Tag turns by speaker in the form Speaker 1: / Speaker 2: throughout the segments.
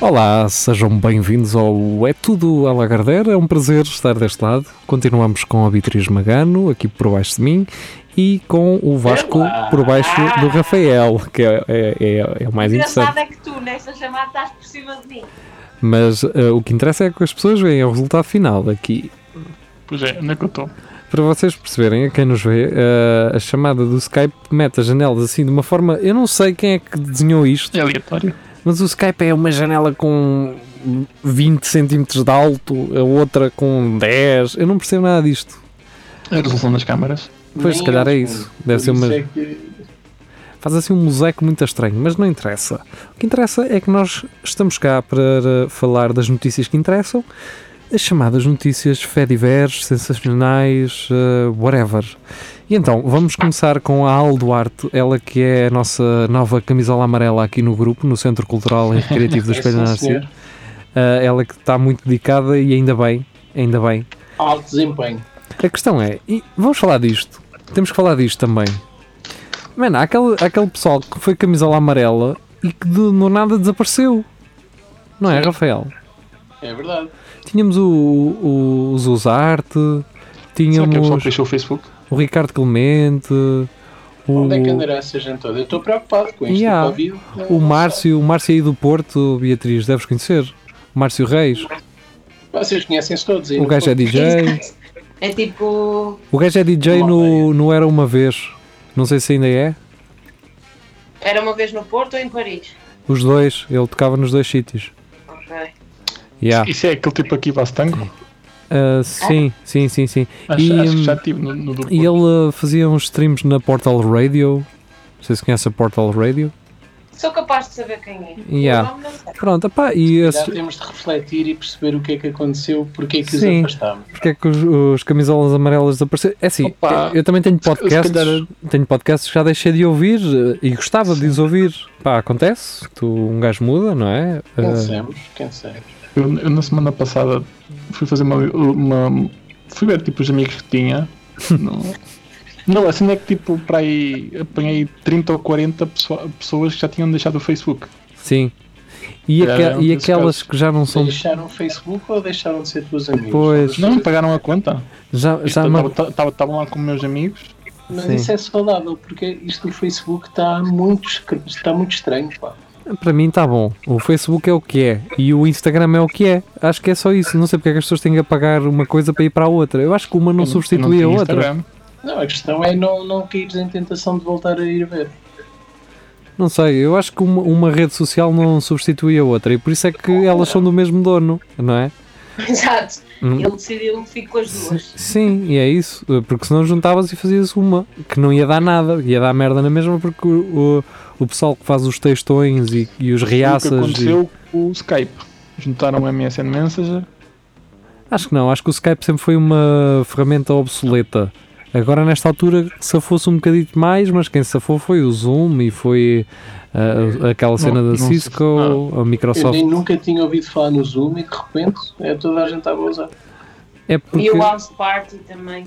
Speaker 1: Olá, sejam bem-vindos ao É Tudo à Lagardère. É um prazer estar deste lado. Continuamos com a Beatriz Magano, aqui por baixo de mim, e com o Vasco por baixo do Rafael, que é, é- é- é o mais interessante.
Speaker 2: Engraçado é que tu, nesta chamada, estás por cima de mim.
Speaker 1: Mas eh, o que interessa é que as pessoas veem o resultado final aqui.
Speaker 3: Pois é, onde é que eu estou?
Speaker 1: Para vocês perceberem, a quem nos vê, eh, a chamada do Skype mete as janelas assim de uma forma. Eu não sei quem é que desenhou isto.
Speaker 3: É aleatório.
Speaker 1: Mas o Skype é uma janela com 20 centímetros de alto, a outra com 10. Eu não percebo nada disto.
Speaker 3: É A resolução das câmaras.
Speaker 1: Pois, se calhar é isso. Deve ser uma.
Speaker 4: é
Speaker 1: Faz assim um mosaico muito estranho, mas não interessa. O que interessa é que nós estamos cá para falar das notícias que interessam, as chamadas notícias fediveres, sensacionais, eh, whatever. E então, vamos começar com a Al Duarte, ela que é a nossa nova camisola amarela aqui no grupo, no Centro Cultural e Recreativo do Espelho da Nascer. Ah, ela que está muito dedicada e ainda bem, ainda bem.
Speaker 4: Alto desempenho.
Speaker 1: A questão é, e vamos falar disto, temos que falar disto também. Mano, há aquele, há aquele pessoal que foi camisola amarela e que do, do nada desapareceu. Não é, Rafael?
Speaker 4: É verdade.
Speaker 1: Tínhamos o, o, o Zuzarte,
Speaker 3: Será que a pessoa que
Speaker 1: tínhamos
Speaker 3: deixou o Facebook?
Speaker 1: o Ricardo Clemente, o,
Speaker 4: Onde é que andará essa gente toda? Eu estou preocupado com isto.
Speaker 1: Yeah.
Speaker 4: do Covid. eh,
Speaker 1: o Márcio, o Márcio aí do Porto, Beatriz, deves conhecer. Márcio Reis,
Speaker 4: Vocês conhecem-se todos. aí
Speaker 1: o
Speaker 4: no
Speaker 1: gajo é
Speaker 4: fundo.
Speaker 1: DJ.
Speaker 2: É tipo.
Speaker 1: O gajo é DJ no, no Era Uma Vez. Não sei se ainda é.
Speaker 2: Era uma vez no Porto ou em Paris?
Speaker 1: Os dois. Ele tocava nos dois sítios.
Speaker 2: Ok.
Speaker 1: Yeah.
Speaker 3: Isso é aquele tipo aqui, Bastango?
Speaker 1: Ah, sim, sim, sim, sim.
Speaker 3: Acho,
Speaker 1: E,
Speaker 3: acho que
Speaker 1: hum,
Speaker 3: já tive no, no do
Speaker 1: E ele ah, fazia uns streams na Portal Radio. Não sei se conhece a Portal Radio.
Speaker 2: Sou capaz de saber quem é.
Speaker 1: Yeah.
Speaker 2: O nome não sei.
Speaker 1: Pronto, epá, e
Speaker 4: Já
Speaker 1: esse,
Speaker 4: temos de refletir e perceber o que é que aconteceu, porque é que
Speaker 1: Sim.
Speaker 4: os afastámos.
Speaker 1: porque é que os, os camisolas amarelas desapareceram? É assim,
Speaker 3: Opa,
Speaker 1: eu também tenho
Speaker 3: se- se
Speaker 1: podcasts,
Speaker 3: calhar-
Speaker 1: tenho podcasts que já deixei de ouvir eh, e gostava de os ouvir. Pá, acontece, tu um gajo muda, não é? Ah,
Speaker 4: Cansamos, cansamos.
Speaker 3: Eu, eu na semana passada fui fazer uma. uma- fui ver tipo os amigos que tinha. não, não, assim é que tipo para aí apanhei 30 ou 40 pessoa- pessoas que já tinham deixado o Facebook.
Speaker 1: sim. E,
Speaker 3: Calhar
Speaker 1: aquel-
Speaker 3: é um
Speaker 1: e
Speaker 3: desses
Speaker 1: aquelas
Speaker 3: casos.
Speaker 1: que já não são.
Speaker 4: Deixaram o Facebook ou deixaram de ser teus amigos?
Speaker 1: Pois,
Speaker 3: Não é me pagaram a conta.
Speaker 1: já, já me-
Speaker 3: Estavam lá com meus amigos.
Speaker 4: Mas
Speaker 1: Sim.
Speaker 4: isso é saudável, porque isto do Facebook está muito, escr- está muito estranho. Pá.
Speaker 1: Para mim está bom. O Facebook é o que é e o Instagram é o que é. Acho que é só isso. Não sei porque é que as pessoas têm que pagar uma coisa para ir para a outra. Eu acho que uma não
Speaker 3: Eu eu
Speaker 1: substitui
Speaker 3: tinha
Speaker 1: a outra.
Speaker 3: Instagram.
Speaker 4: Não, a questão é não, não caíres em tentação de voltar a ir ver.
Speaker 1: Não sei. Eu acho que uma, uma rede social não substitui a outra e por isso é que elas são do mesmo dono, não é?
Speaker 2: Exato.
Speaker 1: Hum.
Speaker 2: Ele decidiu fico com as duas.
Speaker 1: Sim, e é isso. Porque senão juntavas e fazias uma que não ia dar nada. Ia dar merda na mesma porque o, o, o pessoal que faz os textões e, e os
Speaker 3: O que
Speaker 1: reaças. e-
Speaker 3: aconteceu com o Skype. Juntaram o MSN Messenger.
Speaker 1: Acho que não, acho que o Skype sempre foi uma ferramenta obsoleta. Agora, nesta altura, safou-se um bocadito mais, mas quem safou foi o Zoom e foi ah, aquela cena
Speaker 3: não
Speaker 1: da
Speaker 3: se-
Speaker 1: Cisco, a
Speaker 4: Eu
Speaker 1: Microsoft.
Speaker 4: nem nunca tinha ouvido falar no Zoom e de repente é toda a gente estava a usar.
Speaker 1: É porque,
Speaker 2: E o House Party também.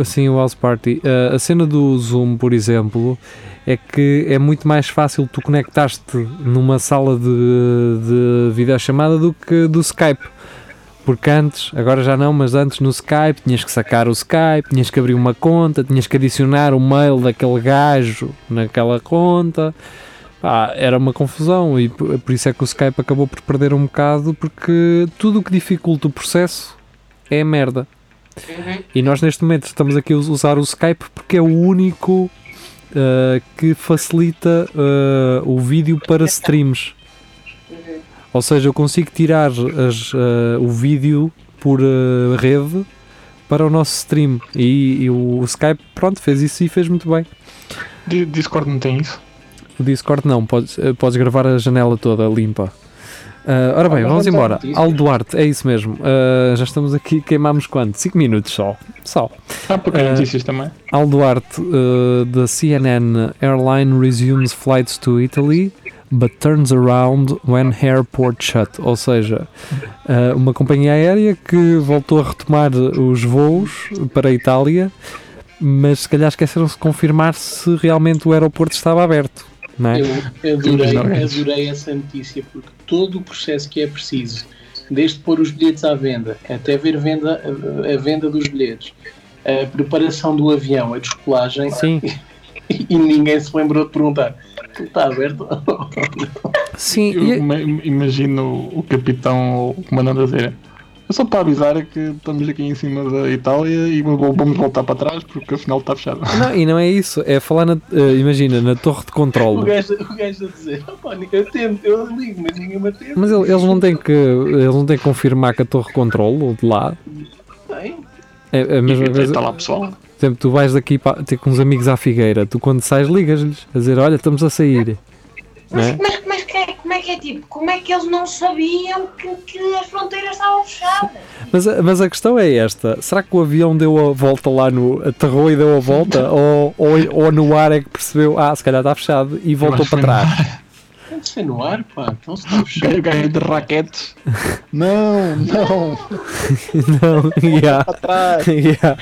Speaker 1: assim, o House Party. Ah, a cena do Zoom, por exemplo, é que é muito mais fácil tu conectaste numa sala de, de videochamada do que do Skype. Porque antes, agora já não, mas antes no Skype tinhas que sacar o Skype, tinhas que abrir uma conta, tinhas que adicionar o mail daquele gajo naquela conta. Pá, era uma confusão e por por isso é que o Skype acabou por perder um bocado, porque tudo o que dificulta o processo é merda.
Speaker 2: Uhum.
Speaker 1: E nós neste momento estamos aqui a us- usar o Skype porque é o único ah, que facilita ah, o vídeo para streams. Ou seja, eu consigo tirar as, ah, o vídeo por ah, rede para o nosso stream. E, e o Skype, pronto, fez isso e fez muito bem.
Speaker 3: Di- Discord não tem isso.
Speaker 1: O Discord não, podes, eh, podes gravar a janela toda limpa. Ah, ora bem,
Speaker 4: Vamos
Speaker 1: vamos
Speaker 4: avançar
Speaker 1: embora.
Speaker 4: notícias.
Speaker 1: Al Duarte, é isso mesmo. Ah, já estamos aqui, queimámos quanto? 5 minutos só. Só.
Speaker 3: Há poucas
Speaker 1: Eh,
Speaker 3: notícias também.
Speaker 1: Al Duarte, ah, da CNN Airline resumes flights to Italy, but turns around when airport shut. Ou seja, ah, uma companhia aérea que voltou a retomar os voos para a Itália, mas se calhar esqueceram-se de confirmar se realmente o aeroporto estava aberto. Não é?
Speaker 4: Eu adorei,
Speaker 3: Mas não é.
Speaker 4: adorei essa notícia porque todo o processo que é preciso, desde pôr os bilhetes à venda, até ver venda, a- a venda dos bilhetes, a preparação do avião, a descolagem,
Speaker 1: Sim.
Speaker 4: e ninguém se lembrou de perguntar: "Aquilo está aberto?
Speaker 1: Tá Sim,
Speaker 3: Eu
Speaker 1: e-
Speaker 3: ima- imagino o capitão ou o comandante a dizer. É só para avisar que estamos aqui em cima da Itália e vo- vamos voltar para trás porque afinal está fechado.
Speaker 1: Não, e não é isso, é falar na. eh, imagina, na torre de
Speaker 4: O
Speaker 1: controle.
Speaker 4: gajo, o gajo a dizer: "Opa, eu atendo, eu ligo, mas ninguém me atende.
Speaker 1: Mas ele- eles não têm que. Eles não têm que confirmar que a torre de controle ou de lá.
Speaker 4: Bem,
Speaker 1: É a mesma
Speaker 3: E
Speaker 1: coisa.
Speaker 3: Está lá pessoal.
Speaker 1: Por exemplo, tu vais daqui para ter com uns amigos à figueira, tu quando sais ligas-lhes a dizer, olha, estamos a sair. Não
Speaker 2: Mas,
Speaker 1: é?
Speaker 2: mas, mas que é- como é que é tipo? Como é que eles não sabiam que, que as fronteiras estavam fechadas?
Speaker 1: Mas, a- mas a questão é esta: será que o avião deu a volta lá no. aterrou e deu a volta? ou, ou, ou no ar é que percebeu, ah, se calhar está fechado e voltou
Speaker 3: acho
Speaker 1: para
Speaker 3: que
Speaker 1: trás?
Speaker 4: tem de ser no ar, pá, então se está fechado.
Speaker 3: Ganho, ganho de raquetes. Não, não.
Speaker 1: Não, yeah. yeah.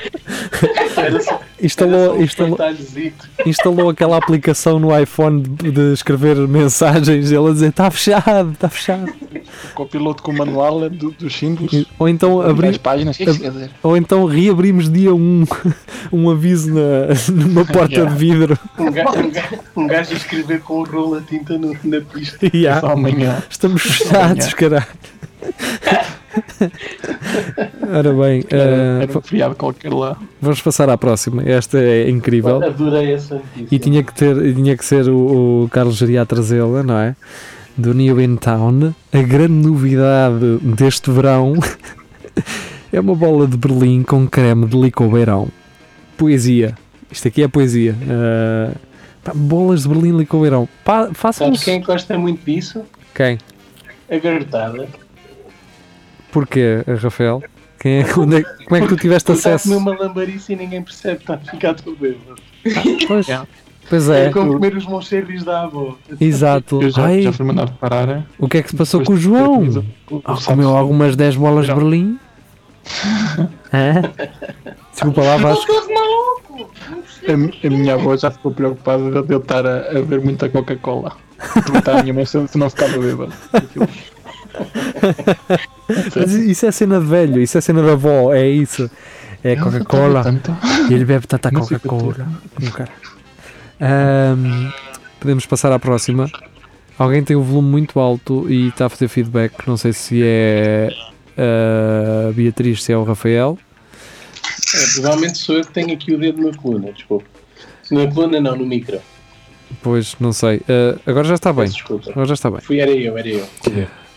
Speaker 4: Era só- era só
Speaker 1: Instalou,
Speaker 4: um
Speaker 1: instalou,
Speaker 4: espantalhozito.
Speaker 1: instalou aquela aplicação no iPhone de, de escrever mensagens e ele a dizer está fechado, está fechado.
Speaker 3: Com o piloto com o manual do- dos símbolos.
Speaker 1: E- Ou então,
Speaker 3: Das
Speaker 1: abri,
Speaker 3: páginas. O que é que isso quer dizer?
Speaker 1: ou então reabrimos dia 1 um aviso na, numa porta de vidro.
Speaker 4: Um gajo, um, gajo, um gajo a escrever com o rolo a tinta no- na pista.
Speaker 1: E há,
Speaker 3: Só amanhã.
Speaker 1: estamos fechados, caralho. Ora bem,
Speaker 3: Era,
Speaker 1: eh,
Speaker 3: era um feriado qualquer lá.
Speaker 1: vamos passar à próxima. Esta é incrível.
Speaker 4: Adorei essa notícia.
Speaker 1: E tinha que, ter, e tinha que ser o, o Carlos Geria a trazê-la, não é? Do New in Town. A grande novidade deste verão é uma bola de Berlim com creme de licobeirão. Poesia. Isto aqui é poesia. Ah, pá, bolas de Berlim licobeirão. Pa- Façam-nos.
Speaker 4: Sabes quem gosta muito disso?
Speaker 1: Quem?
Speaker 4: A garotada.
Speaker 1: Porquê, Rafael? Quem é, onde é- como é que tu tiveste
Speaker 4: Está a comer
Speaker 1: acesso?
Speaker 4: uma lambarice e ninguém percebe, tá? está a ficar todo bêbado.
Speaker 1: Pois,
Speaker 3: Yeah.
Speaker 1: pois
Speaker 4: É
Speaker 1: é,
Speaker 4: como comer os monchelos da avó.
Speaker 1: exato.
Speaker 3: Eu já,
Speaker 1: Ai,
Speaker 3: já fui mandado parar. é?
Speaker 1: o que é que se passou
Speaker 3: Depois
Speaker 1: com o
Speaker 3: de ter
Speaker 1: João?
Speaker 3: comido o- o
Speaker 1: Ah,
Speaker 3: saco
Speaker 1: comeu algumas 10 bolas de
Speaker 3: Não.
Speaker 1: Berlim? Hã? Desculpa lá,
Speaker 2: Estou
Speaker 1: Vasco.
Speaker 2: todo maluco! Não percebo.
Speaker 3: A, mi- a minha avó já ficou preocupada de eu estar a, a ver muita Coca-Cola. Perguntar à minha mãe se se não ficava bêbado. Aquilo.
Speaker 1: Mas isso é cena de velho, isso é cena da avó, é isso. É Coca-Cola.
Speaker 3: Tanto.
Speaker 1: E ele bebe tanta
Speaker 3: Não sei
Speaker 1: Coca-Cola. Hum, cara. Ahm, podemos passar à próxima. Alguém tem o volume muito alto e está a fazer feedback. Não sei se é a Beatriz, se é o Rafael.
Speaker 4: É, provavelmente sou eu que tenho aqui o dedo na coluna, desculpa. Na coluna não, no micro.
Speaker 1: Pois, não sei. Ah, agora já está bem.
Speaker 4: Desculpa.
Speaker 1: Agora já está bem.
Speaker 4: Fui, era eu, era eu.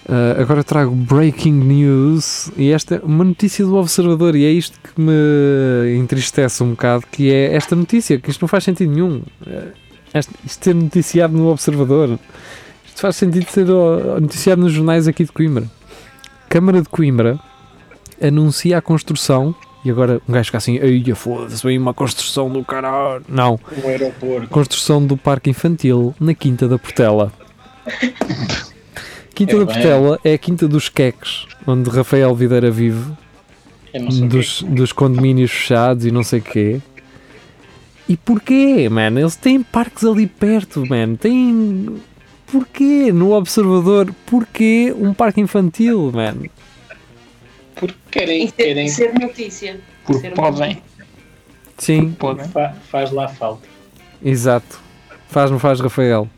Speaker 1: Uh, agora trago breaking news e esta é uma notícia do Observador e é isto que me entristece um bocado, que é esta notícia, que isto não faz sentido nenhum. Uh, este- isto ser noticiado no Observador. Isto faz sentido ser ó, noticiado nos jornais aqui de Coimbra. Câmara de Coimbra anuncia a construção e agora um gajo fica assim, ai, foda-se, vem uma construção do caralho. Não,
Speaker 4: Um aeroporto.
Speaker 1: construção do parque infantil na Quinta da Portela. Quinta
Speaker 4: É
Speaker 1: da
Speaker 4: bem.
Speaker 1: Portela é a Quinta dos Queques, onde Rafael Videira vive,
Speaker 4: Eu não sei o quê.
Speaker 1: Um dos, dos condomínios fechados e não sei quê. E porquê, mano? Eles têm parques ali perto, mano. Tem. Porquê? No Observador, porquê um parque infantil, mano?
Speaker 4: Porque querem,
Speaker 2: E ser,
Speaker 4: querem,
Speaker 2: e é ser notícia.
Speaker 3: Porque
Speaker 4: um
Speaker 2: Ser
Speaker 3: podem.
Speaker 1: Sim,
Speaker 3: Podem.
Speaker 4: fa- faz lá falta.
Speaker 1: Exato. Faz, não faz, Rafael.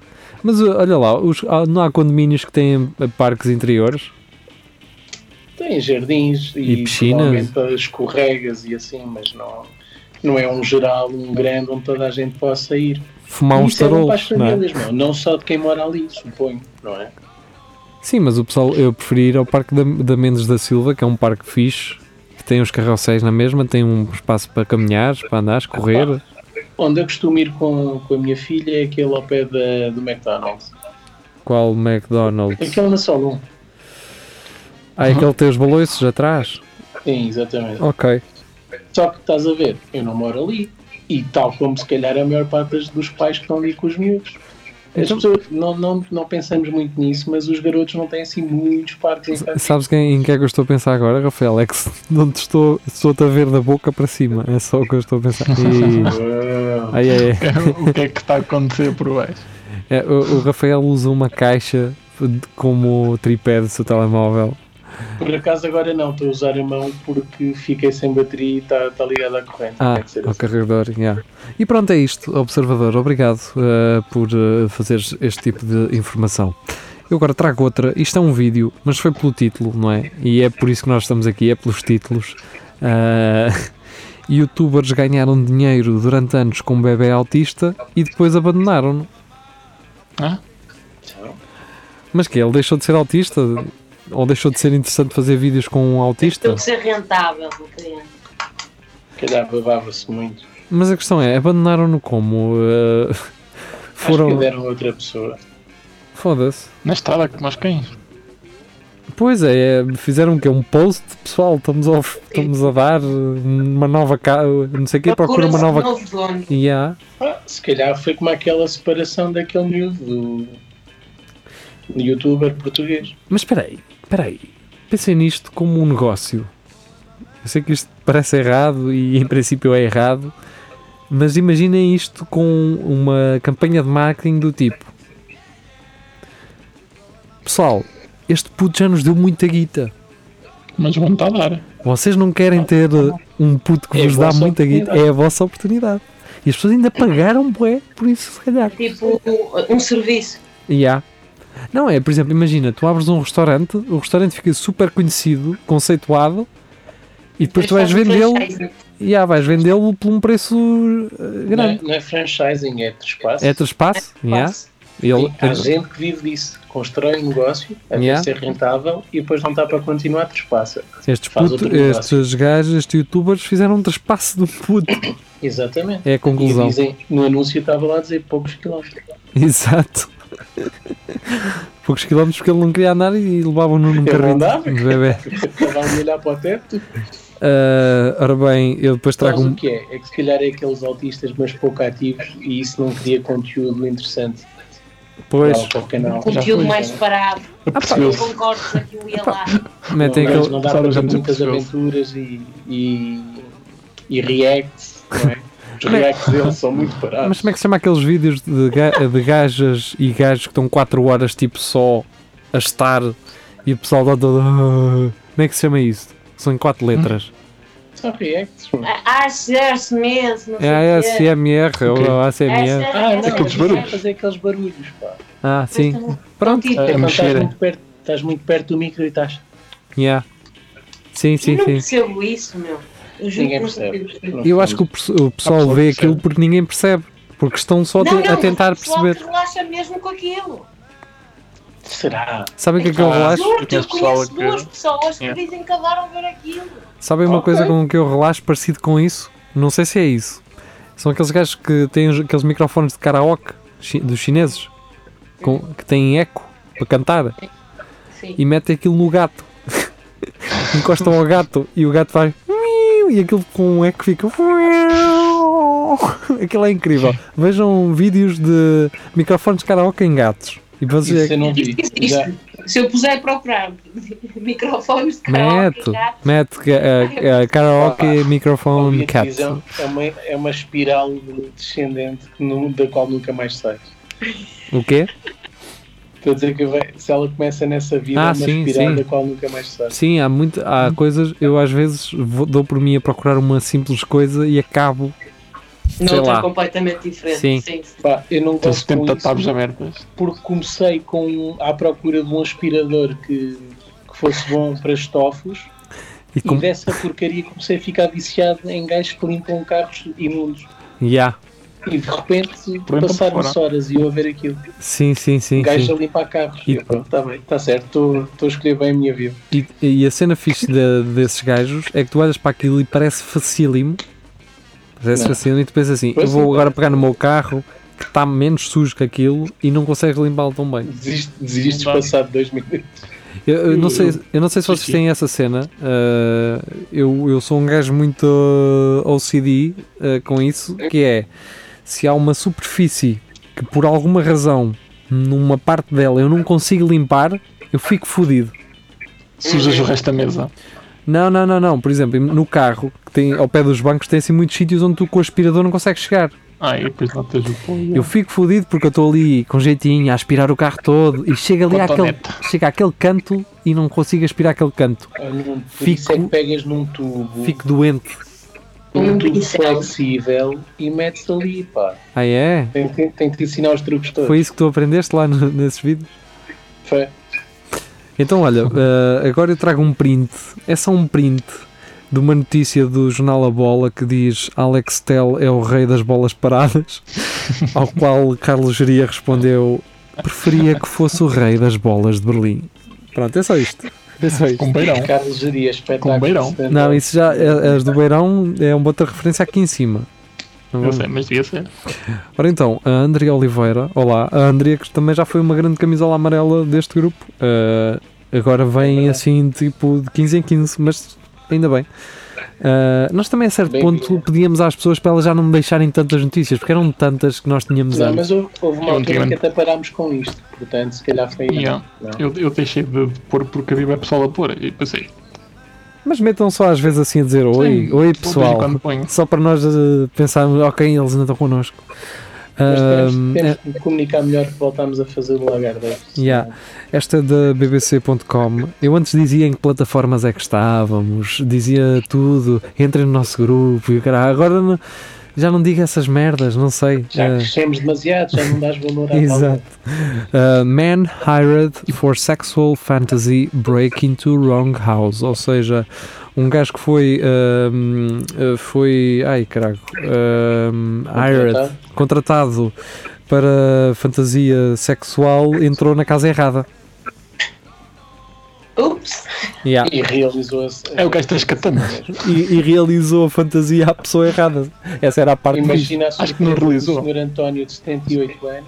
Speaker 1: Mas uh, olha lá, os- há- não há condomínios que têm uh, parques interiores?
Speaker 4: Tem jardins e,
Speaker 1: E piscinas.
Speaker 4: provavelmente escorregas e assim, mas não, não é um geral, um grande onde toda a gente possa ir.
Speaker 1: Fumar uns
Speaker 4: Isso é bom para as
Speaker 1: tarolos, não é?
Speaker 4: famílias, não, não só de quem mora ali, suponho, não é?
Speaker 1: Sim, mas o pessoal, eu preferi ir ao Parque da, da Mendes da Silva, que é um parque fixe, que tem os carrosséis na mesma, tem um espaço para caminhar, para andar, correr.
Speaker 4: Onde eu costumo ir com, com a minha filha é aquele ao pé da, do McDonald's.
Speaker 1: Qual McDonald's?
Speaker 4: Aquele na Solum.
Speaker 1: Ah, é que ele tem os baloiços atrás?
Speaker 4: Sim, exatamente.
Speaker 1: Ok.
Speaker 4: Só que estás a ver, eu não moro ali. E tal como se calhar a maior parte das- dos pais que estão ali com os miúdos. As
Speaker 1: Então-
Speaker 4: pessoas, não, não, não pensamos muito nisso, mas os garotos não têm assim muitos parques em casa.
Speaker 1: Sabes quem, em que é que eu estou a pensar agora, Rafael? É que se- não te estou, estou-te a ver da boca para cima. É só o que eu estou a pensar. Ih,
Speaker 4: Uau.
Speaker 1: ai, ai, ai.
Speaker 3: o que é que está a acontecer por baixo?
Speaker 1: É, o, o Rafael usa uma caixa de- como tripé do seu telemóvel.
Speaker 4: Por acaso agora não, estou a usar a mão porque fiquei sem bateria e está tá ligado à corrente.
Speaker 1: Ah,
Speaker 4: Tem que ser
Speaker 1: ao
Speaker 4: assim.
Speaker 1: carregador, yeah. E pronto, é isto, observador. Obrigado eh, por eh, fazeres este tipo de informação. Eu agora trago outra. Isto é um vídeo, mas foi pelo título, não é? E é por isso que nós estamos aqui, é pelos títulos. Ah, Youtubers ganharam dinheiro durante anos com um bebê autista e depois abandonaram-no.
Speaker 3: Hã?
Speaker 4: assim,
Speaker 1: Mas que Ele deixou de ser autista? Ou deixou de ser interessante fazer vídeos com um autista?
Speaker 4: Então,
Speaker 2: Tem que ser rentável, não tem?
Speaker 4: Se calhar babava-se muito.
Speaker 1: Mas a questão é, abandonaram-no como? Eh,
Speaker 4: Acho
Speaker 1: foram.
Speaker 4: que deram a outra pessoa.
Speaker 1: Foda-se.
Speaker 3: Na estrada, como aos cães.
Speaker 1: Pois é, é, fizeram o quê? Um post, pessoal, estamos a, of- estamos a dar eh, uma nova casa, não sei o quê, procura uma nova ca-
Speaker 2: um novo dono.
Speaker 1: Yeah.
Speaker 4: Ah, se calhar foi como aquela separação daquele miúdo do do youtuber português.
Speaker 1: Mas espera aí, espera aí. Pensei nisto como um negócio. Eu sei que isto parece errado e em princípio é errado, mas imaginem isto com uma campanha de marketing do tipo: Pessoal, este puto já nos deu muita guita.
Speaker 3: Mas vão estar a dar.
Speaker 4: Ah,
Speaker 1: Vocês não querem ter um puto que
Speaker 4: É a
Speaker 1: vos dá
Speaker 4: vossa
Speaker 1: muita guita,
Speaker 4: oportunidade.
Speaker 1: é a vossa oportunidade. E as pessoas ainda pagaram bué por isso, se calhar.
Speaker 2: Tipo, um serviço.
Speaker 1: E há. Não, é, por exemplo, imagina, tu abres um restaurante, o restaurante fica super conhecido, conceituado, e depois tu vais
Speaker 2: Mas faz um
Speaker 1: vendê-lo,
Speaker 2: franchise.
Speaker 1: e há, vais vendê-lo por um preço eh,
Speaker 4: Não é,
Speaker 1: grande.
Speaker 4: não é franchising, é espaço.
Speaker 1: É trespasse, e há.
Speaker 2: Quase.
Speaker 1: Ele,
Speaker 4: Há gente que vive disso, constrói um negócio até
Speaker 1: Yeah.
Speaker 4: ser rentável e depois não está para continuar, trespassa.
Speaker 1: estes,
Speaker 4: faz
Speaker 1: puto-
Speaker 4: outro negócio.
Speaker 1: estes gajos, estes youtubers fizeram um trespasse do puto.
Speaker 4: Exatamente.
Speaker 1: É a conclusão.
Speaker 4: E dizem, no anúncio estava lá a dizer poucos quilómetros.
Speaker 1: Exato. Poucos quilómetros porque ele não queria andar e levavam-no num
Speaker 4: Ele
Speaker 1: carrinho
Speaker 4: andava.
Speaker 1: de bebê.
Speaker 4: Estava a olhar para o teto.
Speaker 1: Ah, ora bem, eu depois
Speaker 4: Sabes
Speaker 1: trago um.
Speaker 4: o que é? É que se calhar é aqueles autistas, mas pouco ativos, e isso não cria conteúdo interessante
Speaker 1: Pois,
Speaker 4: para, para o canal.
Speaker 2: Conteúdo mais parado. Eu
Speaker 3: Apercebeu-se.
Speaker 2: concordo com aquilo e é lá.
Speaker 1: metem
Speaker 4: não,
Speaker 1: aquele.
Speaker 4: não dá
Speaker 3: Sabe,
Speaker 4: para
Speaker 3: já
Speaker 4: ter
Speaker 3: me
Speaker 4: muitas
Speaker 3: percebeu.
Speaker 4: aventuras e, e, e reacts, não é? Os reacts deles são muito parados.
Speaker 1: Mas como é que se chama aqueles vídeos de, ga- de gajas e gajos que estão 4 horas tipo só a estar e o pessoal dá todo. "Ah". Como é que se chama isso? São em 4 letras.
Speaker 4: São reacts. mano.
Speaker 2: Ah, Achar-se mesmo.
Speaker 4: Hum?
Speaker 2: não
Speaker 1: É
Speaker 2: sei o
Speaker 1: a
Speaker 2: quê.
Speaker 1: ASMR
Speaker 3: Ok.
Speaker 1: ou é a
Speaker 2: É,
Speaker 1: ASMR.
Speaker 4: Ah, não,
Speaker 3: Aqueles
Speaker 4: aqueles
Speaker 3: barulhos.
Speaker 4: barulhos. fazer aqueles barulhos, pá.
Speaker 1: Ah, sim. Pronto.
Speaker 2: Tipo,
Speaker 3: É,
Speaker 4: É, quando
Speaker 3: mexer.
Speaker 4: estás muito, perto, estás muito perto do micro e estás.
Speaker 1: Yeah. Sim,
Speaker 2: eu
Speaker 1: sim,
Speaker 2: não
Speaker 1: sim.
Speaker 2: percebo isso, meu. Eu juro
Speaker 4: Ninguém
Speaker 2: que não percebo.
Speaker 4: percebe.
Speaker 1: Eu acho que o, perso- o pessoal
Speaker 4: pessoa
Speaker 1: vê
Speaker 4: que percebe.
Speaker 1: aquilo porque ninguém percebe. Porque estão só a te-
Speaker 2: Não, não,
Speaker 1: a tentar
Speaker 2: o pessoal
Speaker 1: perceber.
Speaker 2: que relaxa mesmo com aquilo.
Speaker 4: Será?
Speaker 1: Sabem o que é que eu
Speaker 3: Ah.
Speaker 1: relaxo?
Speaker 2: Juro,
Speaker 3: que
Speaker 2: eu
Speaker 3: as pessoas
Speaker 2: conheço
Speaker 3: que-
Speaker 2: duas pessoas que
Speaker 3: Yeah.
Speaker 2: dizem que adoram ver aquilo.
Speaker 1: Sabem uma
Speaker 4: Ok.
Speaker 1: coisa com que eu relaxo parecido com isso? Não sei se é isso. São aqueles gajos que têm os- aqueles microfones de karaoke chi- dos chineses com- que têm eco para cantar
Speaker 2: Sim.
Speaker 1: e metem aquilo no gato. Encostam ao gato e o gato vai miu, e aquilo com um eco fica. Aquilo é incrível. Vejam vídeos de microfones de karaoke em gatos. E é
Speaker 4: Isso é eu
Speaker 1: você
Speaker 4: não vi. Já,
Speaker 2: Se eu puser a procurar microfones de
Speaker 1: mete,
Speaker 2: karaoke, já,
Speaker 1: mete eh, eh, karaoke microphone
Speaker 4: ouvi a
Speaker 1: cat.
Speaker 4: televisão, é, uma, é uma espiral descendente que nu- da qual nunca mais sai.
Speaker 1: O quê?
Speaker 4: Estou a dizer que vai- se ela começa nessa vida,
Speaker 1: Ah,
Speaker 4: é uma
Speaker 1: sim,
Speaker 4: espiral
Speaker 1: sim.
Speaker 4: da qual nunca mais sai.
Speaker 1: Sim, há, muito,
Speaker 4: Hum.
Speaker 1: há coisas. Eu às vezes vou- dou por mim a procurar uma simples coisa e acabo. sei
Speaker 2: noutra
Speaker 1: lá.
Speaker 2: completamente diferente.
Speaker 1: Sim.
Speaker 4: Pá, eu não
Speaker 3: Tem
Speaker 4: gosto
Speaker 3: 70
Speaker 4: com isso
Speaker 3: tabs abertas.
Speaker 4: porque comecei com à procura de um aspirador que, que fosse bom para estofos
Speaker 1: E com.
Speaker 4: e dessa porcaria comecei a ficar viciado em gajos que limpam carros imundos.
Speaker 1: Yeah.
Speaker 4: E de repente
Speaker 3: Por aí para
Speaker 4: passaram-se
Speaker 3: fora.
Speaker 4: horas e eu a ver aquilo.
Speaker 1: Sim, sim, sim.
Speaker 4: Gajos
Speaker 1: sim.
Speaker 4: a limpar carros.
Speaker 1: E-
Speaker 4: E pronto, está bem, está certo, estou- estou a escolher bem a minha vida.
Speaker 1: E, e a cena fixe da- desses gajos é que tu olhas para aquilo e parece facílimo. Parece
Speaker 4: Não.
Speaker 1: facílimo e tu pensas assim: eu
Speaker 4: Pois
Speaker 1: vou
Speaker 4: sim.
Speaker 1: agora pegar no meu carro que está menos sujo que aquilo e não consegues limpá-lo tão bem.
Speaker 4: Desiste- Desistes
Speaker 3: Não dá.
Speaker 4: passado dois minutos.
Speaker 1: Eu, eu não sei, eu não sei se
Speaker 4: Sim,
Speaker 1: vocês
Speaker 4: sim.
Speaker 1: têm essa cena. ah, eu, eu sou um gajo muito ah, OCD ah, com isso, que é se há uma superfície que por alguma razão numa parte dela eu não consigo limpar, eu fico fodido.
Speaker 4: É,
Speaker 3: Sujas o resto da mesa.
Speaker 1: Não, não, não, não. Por exemplo, no carro, que tem, ao pé dos bancos, tem assim muitos sítios onde tu com o aspirador não consegues chegar.
Speaker 3: Ai, Ah, depois não tens o apoio.
Speaker 1: Eu fico fodido porque eu estou ali com jeitinho a aspirar o carro todo e chega ali àquele,
Speaker 3: Cotonete.
Speaker 1: chega àquele canto e não consigo aspirar aquele canto.
Speaker 4: Ah, não, por
Speaker 1: Fico-
Speaker 4: isso é que pegas num tubo,
Speaker 1: Fico doente.
Speaker 4: num
Speaker 2: Um
Speaker 4: tubo
Speaker 2: pincel.
Speaker 4: flexível e metes ali, pá.
Speaker 1: Ah, é?
Speaker 4: Tem, tem, tem que te ensinar os truques todos.
Speaker 1: Foi um isso que tu aprendeste lá no- nesses vídeos?
Speaker 4: Foi.
Speaker 1: Então, olha, eh, agora eu trago um print. É só um print de uma notícia do jornal A Bola que diz Alex Tell é o rei das bolas paradas, ao qual Carlos Geria respondeu preferia que fosse o rei das bolas de Berlim. Pronto, é só isto. É só isto.
Speaker 3: Com beirão.
Speaker 4: Carlos Geria, espetáculo.
Speaker 3: Com beirão.
Speaker 4: de stand-up.
Speaker 1: um Não, isso já, é- as do Beirão é uma outra referência aqui em cima. Não
Speaker 3: Eu
Speaker 1: vou-
Speaker 3: sei, mas devia ser.
Speaker 1: Ora então, a Andrea Oliveira, olá, a Andrea que também já foi uma grande camisola amarela deste grupo, ah, agora
Speaker 4: É
Speaker 1: vem assim tipo de 15 em 15, mas ainda bem. Ah, nós também a certo
Speaker 4: Bem
Speaker 1: ponto
Speaker 4: vindo.
Speaker 1: pedíamos às pessoas para elas já não me deixarem tantas notícias, porque eram tantas que nós tínhamos
Speaker 4: Não,
Speaker 1: antes.
Speaker 4: mas houve, houve uma
Speaker 3: Eu
Speaker 4: altura que
Speaker 3: entendo.
Speaker 4: até parámos com isto, portanto, se calhar foi.
Speaker 3: Yeah.
Speaker 4: Não.
Speaker 3: Eu, eu deixei de pôr porque havia pessoal a pôr. E pensei, de
Speaker 1: Mas metam só às vezes assim a dizer oi,
Speaker 3: Sim,
Speaker 1: oi
Speaker 3: vez em
Speaker 1: pessoal,
Speaker 3: quando ponho.
Speaker 1: só para nós ah, pensarmos, ok, eles ainda estão connosco.
Speaker 4: Mas
Speaker 1: Ah,
Speaker 4: temos,
Speaker 1: é-
Speaker 4: temos que comunicar melhor que voltámos a fazer o Lagarde.
Speaker 1: Yeah. Esta é da bbc.com. Eu antes dizia em que plataformas é que estávamos, dizia tudo, entrem no nosso grupo e o cara, agora não- já não digo essas merdas, não sei.
Speaker 4: Já
Speaker 1: Eh,
Speaker 4: crescemos demasiado, já não dás valor à
Speaker 1: Exato. Uh, man hired for sexual fantasy break into wrong house. Ou seja, um gajo que foi. um, uh, foi. Ai, caraca. um, hired, contratado para fantasia sexual, entrou na casa errada.
Speaker 2: Ups!
Speaker 1: Yeah.
Speaker 4: palavra. E realizou-se.
Speaker 3: É o gajo das katanas.
Speaker 1: e, e realizou a fantasia à pessoa errada. Essa era a parte fixe.
Speaker 4: eh, Imagina a
Speaker 3: Acho que não
Speaker 4: surpresa do
Speaker 3: realizou.
Speaker 4: Sr. António de 78 anos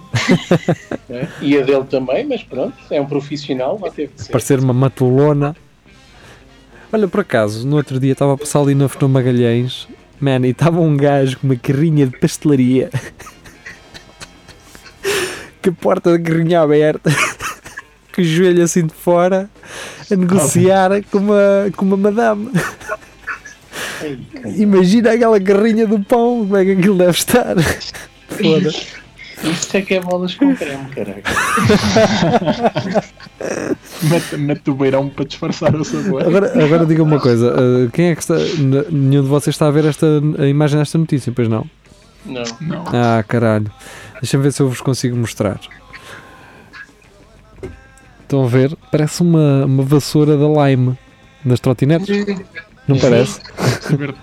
Speaker 4: não é? e a dele também, mas pronto, é um profissional, vai ter que ser.
Speaker 1: parecer uma matulona. Olha, por acaso, no outro dia estava a passar ali na Fernão Magalhães, man, e estava um gajo com uma carrinha de pastelaria. que porta da carrinha aberta, que o joelho assim de fora, a negociar com uma, com uma madame.
Speaker 4: Ei,
Speaker 1: Imagina aquela carrinha do pão, como é que aquilo deve estar. Foda.
Speaker 4: Isto é que é bolas com creme, caralho.
Speaker 3: Mete, mete o beirão para disfarçar o sabor.
Speaker 1: Agora, agora diga uma coisa, ah, quem é que está. n- Nenhum de vocês está a ver esta, a imagem desta notícia, pois não?
Speaker 4: Não.
Speaker 3: Não.
Speaker 1: Ah, caralho. Deixa-me ver se eu vos consigo mostrar. Estão a ver? Parece uma, uma vassoura da Lime das trotinetes. Não parece?
Speaker 3: Saber-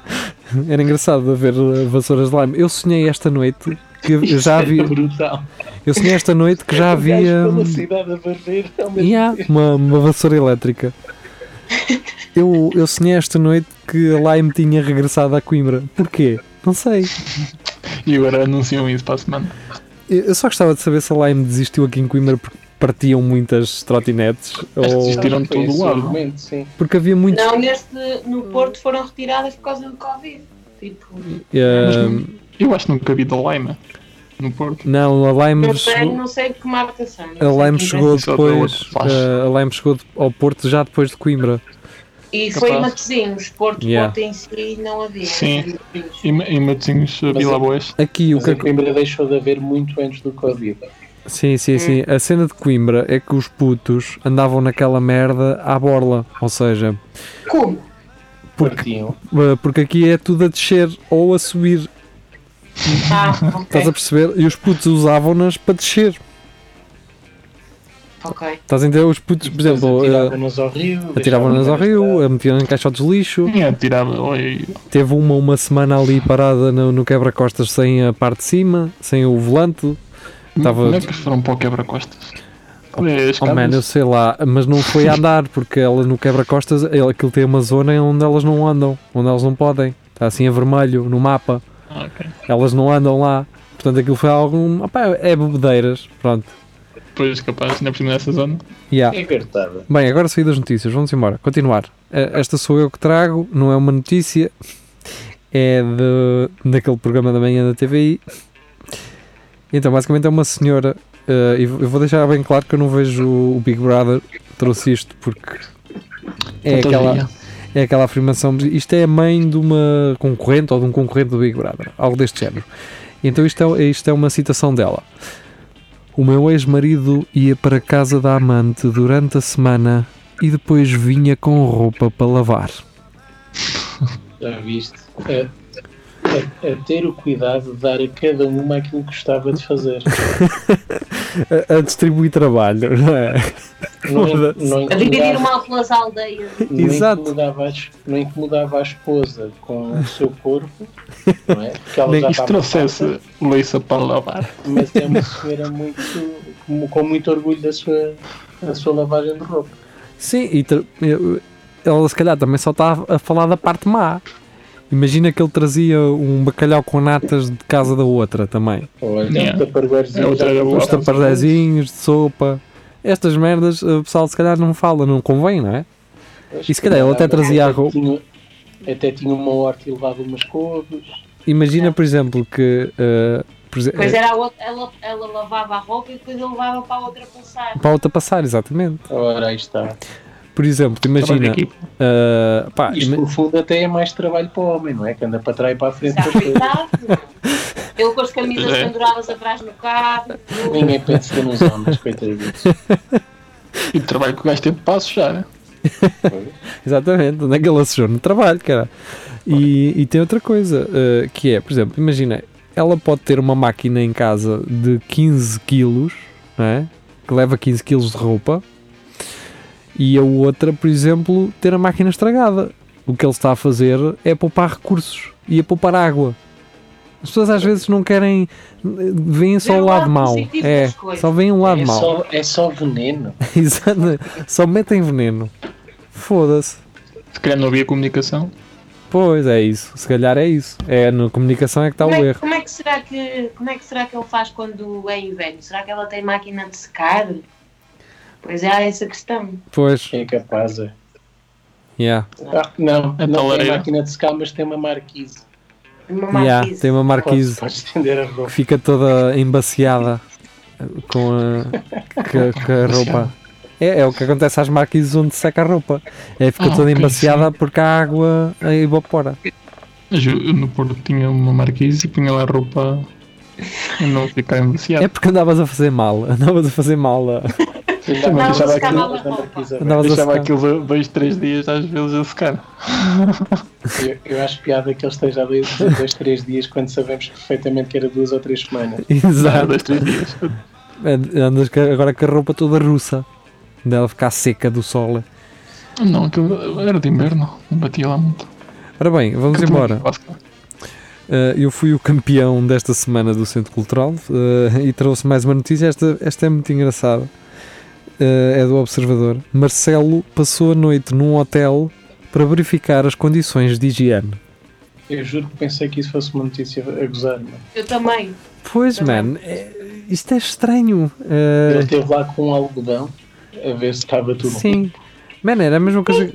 Speaker 1: Era engraçado haver eh, vassouras de Lime. Eu sonhei esta noite que eu já
Speaker 4: Era
Speaker 1: havia.
Speaker 4: É brutal.
Speaker 1: Eu sonhei esta noite que já
Speaker 4: Um gajo
Speaker 1: havia.
Speaker 4: pela
Speaker 1: hum,
Speaker 4: cidade a varrer, ao mesmo
Speaker 1: E há uma, uma vassoura elétrica. Eu, eu sonhei esta noite que a Lime tinha regressado à Coimbra. Porquê? Não sei.
Speaker 3: E agora anunciam isso para a semana.
Speaker 1: Eu eu só gostava de saber se a Lime desistiu aqui em Coimbra porque partiam muitas trotinetes ou
Speaker 3: desistiram. Tiram de
Speaker 4: Foi
Speaker 3: todo
Speaker 4: esse o
Speaker 3: lado.
Speaker 4: argumento, sim.
Speaker 1: porque havia muitos.
Speaker 2: Não, neste, no Porto foram retiradas por causa do Covid. Tipo,
Speaker 1: Ahm,
Speaker 3: Eu acho que nunca vi da Lima no Porto.
Speaker 1: não, a Lime,
Speaker 2: eu
Speaker 1: chegou-
Speaker 2: tenho, não sei que marcação. não
Speaker 1: a
Speaker 2: sei é
Speaker 1: Lime
Speaker 2: que
Speaker 1: chegou
Speaker 3: Só deu
Speaker 1: depois.
Speaker 3: outro flash.
Speaker 1: ah, a Lime chegou ao Porto já depois de Coimbra.
Speaker 2: E foi em
Speaker 3: Capaz.
Speaker 2: Matosinhos, Porto,
Speaker 1: Yeah.
Speaker 2: Porto em si não havia.
Speaker 3: Sim.
Speaker 2: Matosinhos.
Speaker 3: E, eh, Ma- e Matosinhos,
Speaker 4: Mas
Speaker 3: Vila
Speaker 4: é-
Speaker 3: Boas.
Speaker 1: Aqui o
Speaker 4: Mas
Speaker 1: que
Speaker 4: em Coimbra deixou de haver muito antes do Covid.
Speaker 1: Sim, sim,
Speaker 2: Hum.
Speaker 1: sim. A cena de Coimbra é que os putos andavam naquela merda à borla. Ou seja,
Speaker 2: Como?
Speaker 1: porque,
Speaker 4: Partiam.
Speaker 1: ah, porque aqui é tudo a descer ou a subir.
Speaker 2: Ah, ok.
Speaker 1: Estás
Speaker 4: É.
Speaker 1: a perceber? E os putos usavam-nas para descer.
Speaker 2: ok.
Speaker 1: Estás a entender? Os putos, por exemplo. ah,
Speaker 4: Atiravam-nas ao Hum. rio.
Speaker 1: Atiravam-nas ao rio, a metiam em caixotes de lixo.
Speaker 3: Quem é que tirava? Oi,
Speaker 1: Teve uma uma semana ali parada no, no quebra-costas sem a parte de cima, sem o volante. Tava-
Speaker 3: Como é que foram para o quebra-costas? Olha, as
Speaker 1: Oh man, eu
Speaker 3: cabras.
Speaker 1: sei lá, mas não foi a andar, porque ela no quebra-costas, ele- aquilo tem uma zona onde elas não andam, onde elas não podem. Está assim a vermelho no mapa,
Speaker 3: Ah, ok.
Speaker 1: elas não andam lá. Portanto, aquilo foi algum. opá, é bebedeiras, pronto.
Speaker 3: Pois, capaz, ainda por cima dessa zona.
Speaker 1: Yeah.
Speaker 5: É cartada.
Speaker 1: Bem, agora saí das notícias, vamos embora. Continuar. Eh, Esta sou eu que trago, não é uma notícia, é de, daquele programa da manhã da TVI. Então, basicamente é uma senhora, eh, e vou- eu vou deixar bem claro que eu não vejo o o Big Brother, trouxe isto porque é
Speaker 3: Então,
Speaker 1: aquela,
Speaker 3: já.
Speaker 1: é aquela afirmação, de- isto é a mãe de uma concorrente ou de um concorrente do Big Brother, algo deste género. Então isto é, isto é uma citação dela. O meu ex-marido ia para a casa da amante durante a semana e depois vinha com roupa para lavar.
Speaker 4: Já viste? A, a- a ter o cuidado de dar a cada uma aquilo que gostava de fazer.
Speaker 1: A, a distribuir trabalho, não é?
Speaker 4: Não,
Speaker 1: Foda-se.
Speaker 4: não
Speaker 2: A dividir
Speaker 4: incomodava,
Speaker 2: mal pelas aldeias.
Speaker 4: não é
Speaker 1: Exato.
Speaker 4: incomodava, a, es- não incomodava a esposa com o seu corpo, não é? Porque ela
Speaker 1: Bem,
Speaker 4: já
Speaker 3: E se
Speaker 4: estava farta,
Speaker 3: trouxesse Luísa para lavar?
Speaker 4: mas é uma senhora muito, com- com muito orgulho da sua, da sua lavagem de roupa.
Speaker 1: Sim, e tra- eu- ela se calhar também só está a falar da parte má. Imagina que ele trazia um bacalhau com natas de casa da outra também.
Speaker 4: Olha,
Speaker 3: Yeah.
Speaker 4: os taparguares
Speaker 3: A outra era boa.
Speaker 1: Os tapardezinhos de sopa. Estas merdas, eh, o pessoal se calhar não fala, não convém, não é? E se calhar ele até trazia a roupa.
Speaker 4: Tinha- até tinha uma horta e levava umas couves.
Speaker 1: Imagina, por exemplo, que. eh, por exe-
Speaker 2: Pois era a outra, ela, ela lavava a roupa e depois ele levava para a outra passar.
Speaker 1: Para outra passar, exatamente.
Speaker 4: Ora, aí está.
Speaker 1: Por exemplo, imagina.
Speaker 3: Aqui.
Speaker 1: eh, pá,
Speaker 4: Isto,
Speaker 1: ima-
Speaker 4: no fundo, até é mais trabalho para o homem, não é? Que anda para trás e para a frente.
Speaker 2: Já
Speaker 4: das coisas.
Speaker 2: cuidado. Ele com as camisas
Speaker 3: É.
Speaker 2: penduradas atrás no carro.
Speaker 4: Ninguém pensa é nos homens, coitadinhos.
Speaker 3: E o trabalho que o gajo teve para assujar, né?
Speaker 1: Exatamente, onde é que ele assejou? No trabalho, cara. E, e tem outra coisa, eh, que é, por exemplo, imagina, ela pode ter uma máquina em casa de 15 quilos, não é? que leva 15 quilos de roupa, e a outra, por exemplo, ter a máquina estragada. O que ele está a fazer é poupar recursos e a poupar água. As pessoas às vezes não querem, veem só
Speaker 2: Vê
Speaker 1: o
Speaker 2: o
Speaker 1: lado
Speaker 2: lado
Speaker 1: mau.
Speaker 2: positivo
Speaker 1: É,
Speaker 2: das coisas.
Speaker 1: só veem o lado
Speaker 4: É
Speaker 1: mau.
Speaker 4: só, é só veneno.
Speaker 1: Exato, só metem veneno. Foda-se.
Speaker 3: Se calhar não havia comunicação.
Speaker 1: Pois é isso, se calhar é isso. É na comunicação é que está o
Speaker 2: como, é,
Speaker 1: erro.
Speaker 2: como é que será que como é que será que ele faz quando é inverno? Será que ela tem máquina de secar? Pois é, há essa questão.
Speaker 1: Pois,
Speaker 4: É capaz. é.
Speaker 1: yeah.
Speaker 4: Ah, não,
Speaker 3: É
Speaker 4: não tem
Speaker 3: talareira.
Speaker 4: máquina de secar, mas tem uma marquise.
Speaker 2: Uma
Speaker 1: Yeah,
Speaker 2: marquise.
Speaker 1: tem um uma
Speaker 4: Pode,
Speaker 1: marquise
Speaker 4: pode estender a
Speaker 1: que
Speaker 4: roupa.
Speaker 1: fica toda embaciada eh, com a, com a- com a roupa. É, é o que acontece às marquises onde seca a roupa. É, fica
Speaker 3: Ah,
Speaker 1: toda
Speaker 3: ok,
Speaker 1: embaciada porque a água a evapora.
Speaker 3: Mas eu, eu no Porto tinha uma marquise e punha lá a roupa e não ficava
Speaker 1: É
Speaker 3: embaciado.
Speaker 1: porque andavas a fazer mal, andavas a fazer mal. a-
Speaker 3: Também
Speaker 4: Não,
Speaker 3: deixava
Speaker 4: mas
Speaker 3: aquilo-
Speaker 4: acabava a marquise aberta.
Speaker 1: Andavas a
Speaker 3: Deixava
Speaker 1: secar.
Speaker 3: aquilo dois, três dias às vezes a secar.
Speaker 4: Eu, eu acho piada que ele esteja há dois, dois, três dias, quando sabemos perfeitamente que era duas ou três semanas.
Speaker 3: Ah,
Speaker 1: Exato.
Speaker 3: dois, três dias.
Speaker 1: Andas ca- agora com a roupa toda russa, dela ficar seca do sol.
Speaker 3: Não, aquilo era de inverno. Não batia lá muito.
Speaker 1: Ora bem, vamos embora. Uh, eu fui o campeão desta semana do Centro Cultural uh, e trouxe mais uma notícia. Esta, esta é muito engraçada. Uh, é do Observador. Marcelo passou a noite num hotel para verificar as condições de higiene.
Speaker 4: Eu juro que pensei que isso fosse uma notícia a gozar. Não?
Speaker 2: Eu também.
Speaker 1: Pois, mano, é- isto é estranho. Uh,
Speaker 4: Ele esteve lá com um algodão a ver se estava tudo bem.
Speaker 1: Sim. Mano, era a mesma coisa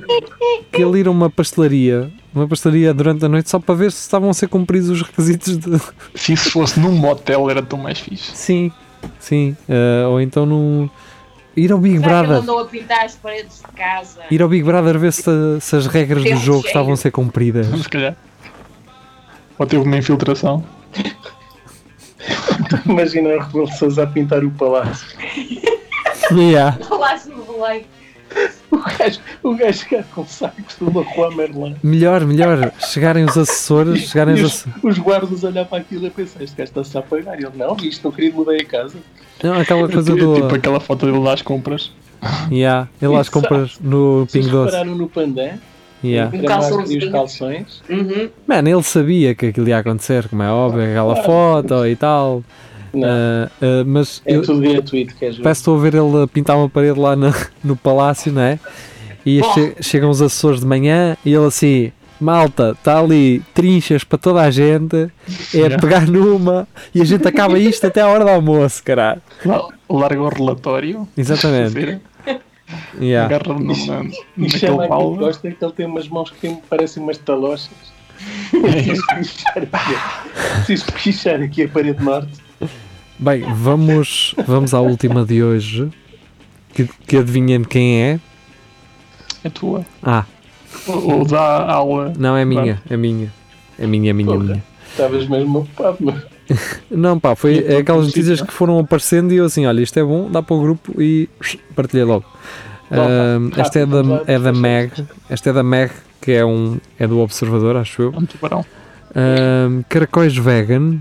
Speaker 1: que ele ir a uma pastelaria, uma pastelaria durante a noite só para ver se estavam a ser cumpridos os requisitos de,
Speaker 3: Se isso fosse num motel era tão mais fixe.
Speaker 1: Sim, sim. Ah, ou então no. Ir ao Big
Speaker 2: Será que ele
Speaker 1: Brother.
Speaker 2: andou a pintar as paredes de casa?
Speaker 1: Ir ao Big Brother ver se, se as regras do
Speaker 2: Tem um
Speaker 1: jogo
Speaker 2: cheiro.
Speaker 1: estavam a ser cumpridas.
Speaker 3: Se calhar. Ou teve uma infiltração.
Speaker 4: Imagina a Rebelo de Sousa a pintar o palácio.
Speaker 1: Yeah.
Speaker 2: Palácio de Belém.
Speaker 4: O gajo, o gajo chegar com sacos de Leroy Merlin.
Speaker 1: Melhor, melhor. Chegarem os assessores, chegarem
Speaker 4: E os,
Speaker 1: os asse-
Speaker 4: os guardas a olhar para aquilo e pensar, este gajo está-se a apagar. Ele, não, isto não queria mudar a casa.
Speaker 1: Não, aquela coisa
Speaker 3: Tipo
Speaker 1: do.
Speaker 3: aquela foto dele lá às compras.
Speaker 1: Yeah. Ele lá as
Speaker 4: Exato.
Speaker 1: compras no
Speaker 4: Vocês
Speaker 1: Ping Doce.
Speaker 4: repararam no pandã?
Speaker 1: Yeah.
Speaker 4: Um
Speaker 2: Um calçãozinho.
Speaker 4: e os calções.
Speaker 2: Uhum.
Speaker 1: Mano, ele sabia que aquilo ia acontecer, como é óbvio, aquela foto e tal.
Speaker 4: Não,
Speaker 1: Ah, ah, mas
Speaker 4: é
Speaker 1: eu
Speaker 4: tudo gratuito, queres ver?
Speaker 1: parece que estou a ver ele a pintar uma parede lá na- no palácio, não é? E che- chegam os assessores de manhã e ele assim: Malta, está ali trinchas para toda a gente, é
Speaker 3: Yeah.
Speaker 1: pegar numa e a gente acaba isto até à hora do almoço, caralho.
Speaker 3: Lá- Larga o relatório.
Speaker 1: Exatamente.
Speaker 3: fazer,
Speaker 1: Yeah.
Speaker 3: Agarra no, na,
Speaker 4: E chama
Speaker 3: naquele
Speaker 4: aqui o
Speaker 3: pau.
Speaker 4: Costa que ele tem umas mãos que tem- parecem umas talochas. Preciso pichar aqui a parede norte.
Speaker 1: Bem, vamos, vamos à última de hoje. Que, que adivinhem de quem é.
Speaker 3: É tua.
Speaker 1: Ah,
Speaker 3: Ou ou dá aula.
Speaker 1: não, é minha, é minha. É minha, é minha, é
Speaker 4: Porra.
Speaker 1: minha.
Speaker 4: Estavas mesmo ocupado, mas
Speaker 1: Não, pá,
Speaker 3: E
Speaker 1: foi
Speaker 3: é tudo
Speaker 1: aquelas
Speaker 3: conhecido,
Speaker 1: notícias
Speaker 3: não é?
Speaker 1: que foram aparecendo e eu assim, olha, isto é bom, dá para o grupo e partilhei logo. Ahm,
Speaker 4: rápido,
Speaker 1: esta é da,
Speaker 4: vamos lá,
Speaker 1: é da
Speaker 4: vamos lá.
Speaker 1: Meg, esta é da Meg, que é, um, é do Observador, acho eu.
Speaker 3: É um tubarão.
Speaker 1: Ahm, caracóis vegan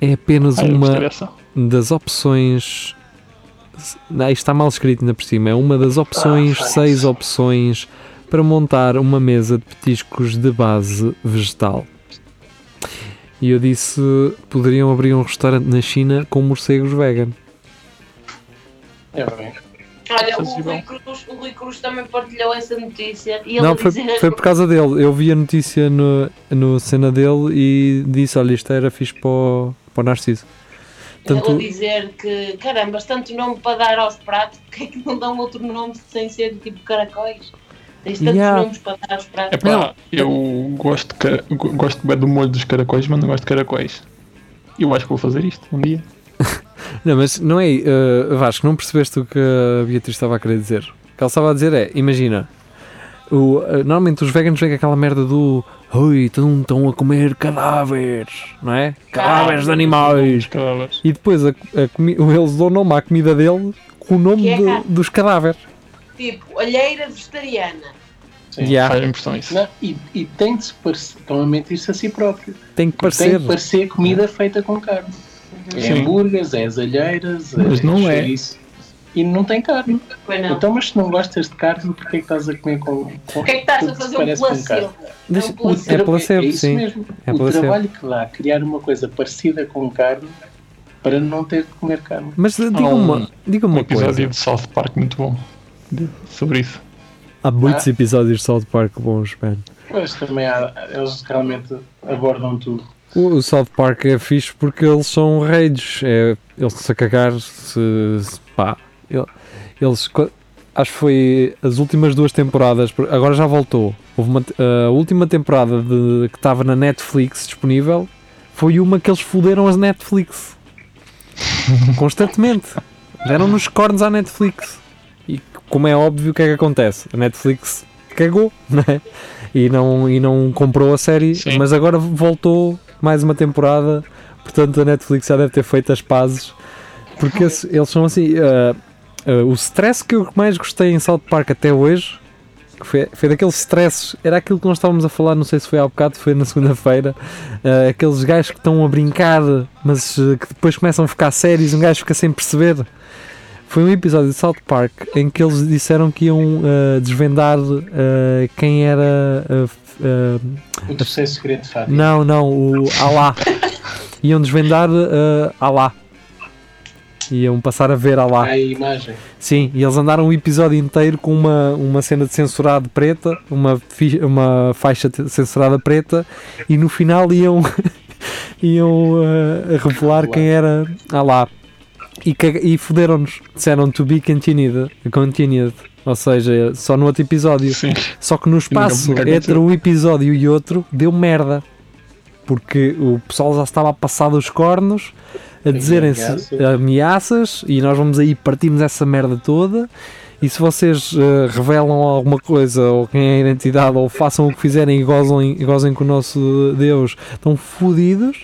Speaker 1: é apenas
Speaker 3: Ah, eu
Speaker 1: uma
Speaker 3: gostei dessa.
Speaker 1: das opções. Ah, isto está mal escrito ainda por cima. É uma das opções,
Speaker 4: Ah,
Speaker 1: seis opções para montar uma mesa de petiscos de base vegetal. E eu disse: poderiam abrir um restaurante na China com morcegos vegan.
Speaker 4: é bem.
Speaker 2: Olha, o
Speaker 3: Fazível.
Speaker 2: Rui, Cruz, o Rui Cruz também partilhou essa notícia e ele
Speaker 1: Não, foi,
Speaker 2: dizia-
Speaker 1: foi por causa dele. Eu vi a notícia no, no cena dele e disse: olha, isto era fixe para o, para o Narciso.
Speaker 2: Ela
Speaker 1: Tanto,
Speaker 2: dizer que, caramba, tanto nome para dar aos pratos, porque é que não dão outro nome sem ser do tipo caracóis? Tens tantos
Speaker 1: Yeah.
Speaker 2: nomes para dar aos
Speaker 3: É
Speaker 2: pratos.
Speaker 3: pá, eu gosto, de cara- go- gosto bem do molho dos caracóis, mas não gosto de caracóis. Eu acho que vou fazer isto um dia.
Speaker 1: Não, mas não é. eh, Vasco, não percebeste o que a Beatriz estava a querer dizer. O que ela estava a dizer é: imagina, o, eh, normalmente os veganos vêm com aquela merda do. Oi, estão a comer cadáveres, não é? Cadáveres de animais.
Speaker 3: Cadáveres.
Speaker 1: E depois a, a comi- eles dão nome à comida dele com o nome
Speaker 2: Que é
Speaker 1: de-
Speaker 2: carne.
Speaker 1: dos cadáveres.
Speaker 2: Tipo, olheira vegetariana.
Speaker 4: Sim.
Speaker 1: Yeah,
Speaker 3: Faz impressão isso.
Speaker 2: Né?
Speaker 4: Não, e, e tem de se parecer, estão a mentir-se a si próprio. Tem
Speaker 1: tem que parecer.
Speaker 4: de parecer comida feita com carne. É
Speaker 2: Uhum.
Speaker 3: Sim.
Speaker 4: hambúrgueres, é asalheiras,
Speaker 3: Mas
Speaker 4: é
Speaker 3: não é.
Speaker 4: chouriço. E não tem carne.
Speaker 2: Pois não.
Speaker 4: Então, mas se não gostas de carne, porquê é que estás a comer com. com
Speaker 2: o que é que estás a fazer? Um placebo. É
Speaker 1: Deixa-
Speaker 2: um placebo.
Speaker 1: É placebo,
Speaker 4: é isso
Speaker 1: sim.
Speaker 4: mesmo.
Speaker 1: É
Speaker 4: o
Speaker 1: placebo.
Speaker 4: trabalho que dá criar uma coisa parecida com carne para não ter de comer carne.
Speaker 1: Mas eh, diga-me uma, diga
Speaker 3: Um
Speaker 1: uma
Speaker 3: episódio
Speaker 1: coisa.
Speaker 3: de South Park muito bom de- sobre isso.
Speaker 1: Há muitos episódios de South Park bons, man.
Speaker 4: Mas também há, eles realmente abordam tudo.
Speaker 1: O o South Park é fixe porque eles são reis. É, eles se a cagar, se, se pá. ele- Eles. co- Acho que foi as últimas duas temporadas. por- Agora já voltou. Houve uma te- a última temporada de- que estava na Netflix disponível foi uma que eles fuderam as Netflix. Constantemente. Deram-nos cornos à Netflix. E como é óbvio, o que é que acontece? A Netflix cagou, não é? E não, e não comprou a série,
Speaker 3: Sim.
Speaker 1: mas agora voltou mais uma temporada. Portanto, a Netflix já deve ter feito as pazes. Porque esse- eles são assim. ah, ah, o stress que eu mais gostei em South Park até hoje que foi, foi daqueles stresses. Era aquilo que nós estávamos a falar, não sei se foi há bocado, foi na segunda-feira. ah, aqueles gajos que estão a brincar, mas ah, que depois começam a ficar sérios. Um gajo fica sem perceber. Foi um episódio de South Park em que eles disseram que iam ah, desvendar ah, quem era. ah, f- ah,
Speaker 4: O terceiro segredo de Fátima.
Speaker 1: não, não, o Alá. Iam desvendar ah, Alá. Iam passar a ver Alá.
Speaker 4: Há a imagem.
Speaker 1: Sim, e eles andaram o episódio inteiro com uma, uma cena de censurado preta, uma, fi- uma faixa de censurada preta, e no final iam, iam eh, a revelar quem era Alá. E, caga- e foderam-nos. Disseram to be continued, continued. Ou seja, só no outro episódio.
Speaker 3: Sim.
Speaker 1: Só que no espaço
Speaker 3: nunca
Speaker 1: entre
Speaker 3: aconteceu.
Speaker 1: um episódio e outro deu merda. Porque o pessoal já estava a passar dos cornos, a dizerem-se ameaças.
Speaker 4: ameaças.
Speaker 1: e nós vamos aí partimos essa merda toda. E se vocês eh, revelam alguma coisa, ou quem é a identidade, ou façam o que fizerem e gozem, e gozem com o nosso Deus, estão fodidos.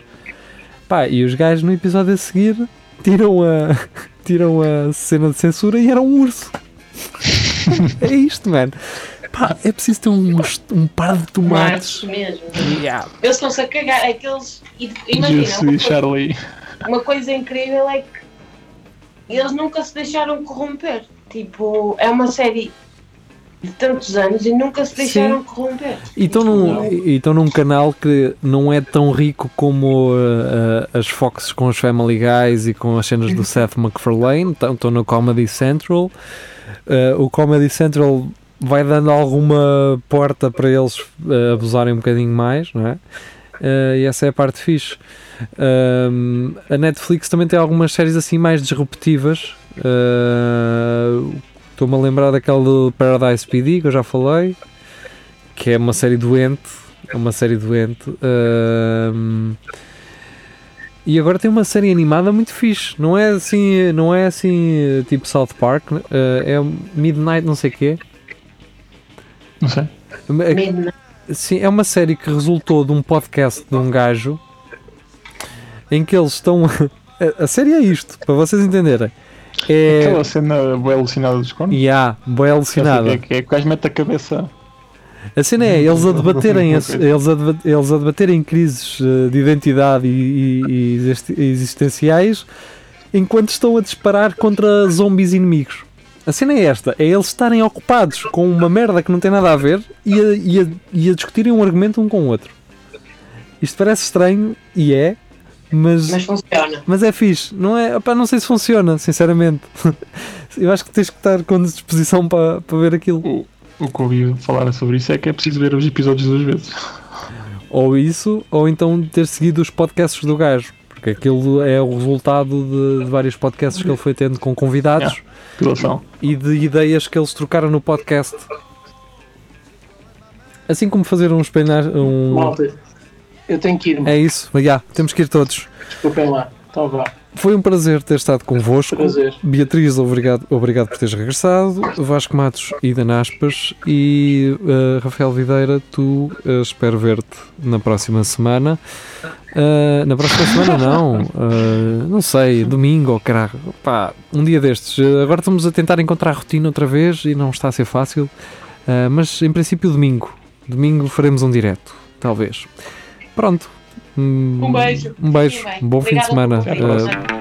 Speaker 1: Pá, e os gajos no episódio a seguir tiram a, tiram a cena de censura e era um urso. é isto, mano. Pá, é preciso ter um, um par de tomates.
Speaker 2: Tomates é mesmo.
Speaker 1: Yeah.
Speaker 2: Eles estão-se a cagar. Aqueles. e- Imagina,
Speaker 3: Juice
Speaker 2: uma
Speaker 3: e
Speaker 2: coisa-
Speaker 3: Charlie.
Speaker 2: uma coisa incrível é que eles nunca se deixaram corromper. Tipo, é uma série de tantos anos e nunca se deixaram corromper.
Speaker 1: E estão num, e estão num canal que não é tão rico como uh, uh, as Foxes com os Family Guys e com as cenas do Seth MacFarlane. Estão, estão no Eh, Comedy Central. Uh, o Comedy Central vai dando alguma porta para eles eh, abusarem um bocadinho mais, não é? Eh, e essa é a parte fixe. Ahm, a Netflix também tem algumas séries assim mais disruptivas. Ah, Estou-me a lembrar daquela do Paradise PD que eu já falei, que é uma série doente. É uma série doente. Ahm, e agora tem uma série animada muito fixe. Não é assim, não é assim eh, tipo South Park, né? Eh, é Midnight não sei quê.
Speaker 3: Não sei.
Speaker 1: É-
Speaker 2: Midnight.
Speaker 1: Sim, é uma série que resultou de um podcast de um gajo em que eles estão. A- A série é isto, para vocês entenderem. É.
Speaker 3: Aquela cena bem alucinada dos cornos.
Speaker 1: E há, boa
Speaker 3: Essa
Speaker 1: alucinada.
Speaker 3: que É que é que o gajo mete a cabeça.
Speaker 1: A cena é eles a debaterem,
Speaker 3: Uma
Speaker 1: esse-
Speaker 3: coisa.
Speaker 1: eles a, deba- eles a debaterem crises eh, de identidade e, e- e existe- existenciais enquanto estão a disparar contra zombies inimigos. A cena é esta: é eles estarem ocupados com uma merda que não tem nada a ver e a, e a- e a discutirem um argumento um com o outro. Isto parece estranho e é, mas,
Speaker 2: Mas funciona.
Speaker 1: mas é fixe. Não, é, opá, não sei se funciona, sinceramente. Eu acho que tens que estar com disposição para, para ver aquilo.
Speaker 3: O que eu ouvi falar sobre isso é que é preciso ver os episódios duas vezes.
Speaker 1: Ou isso, ou então ter seguido os podcasts do gajo. Porque aquilo é o resultado de, de vários podcasts que ele foi tendo com convidados
Speaker 3: Pilação.
Speaker 1: e de ideias que eles trocaram no podcast. Assim como fazer um espelhar. Um...
Speaker 4: Malta, eu tenho que ir-me.
Speaker 1: É isso, mas já, temos que ir todos.
Speaker 4: Desculpem lá. Então vá.
Speaker 1: Foi um prazer ter estado convosco.
Speaker 4: Prazer.
Speaker 1: Beatriz, obrigado, obrigado por teres regressado. Vasco Matos e Danaspas. E eh, Rafael Videira, tu eh, espero ver-te na próxima semana. Eh, na próxima semana, não. Eh, não sei, domingo ou caralho. Pá, um dia destes. Eh, agora estamos a tentar encontrar a rotina outra vez e não está a ser fácil. Eh, mas em princípio, domingo. Domingo faremos um direto, talvez. Pronto. Hum,
Speaker 2: Um beijo.
Speaker 1: Um beijo.
Speaker 2: Fiquem bem.
Speaker 1: Um Bom fim de
Speaker 2: Obrigada
Speaker 1: semana.
Speaker 2: pelo convite.
Speaker 1: Eh,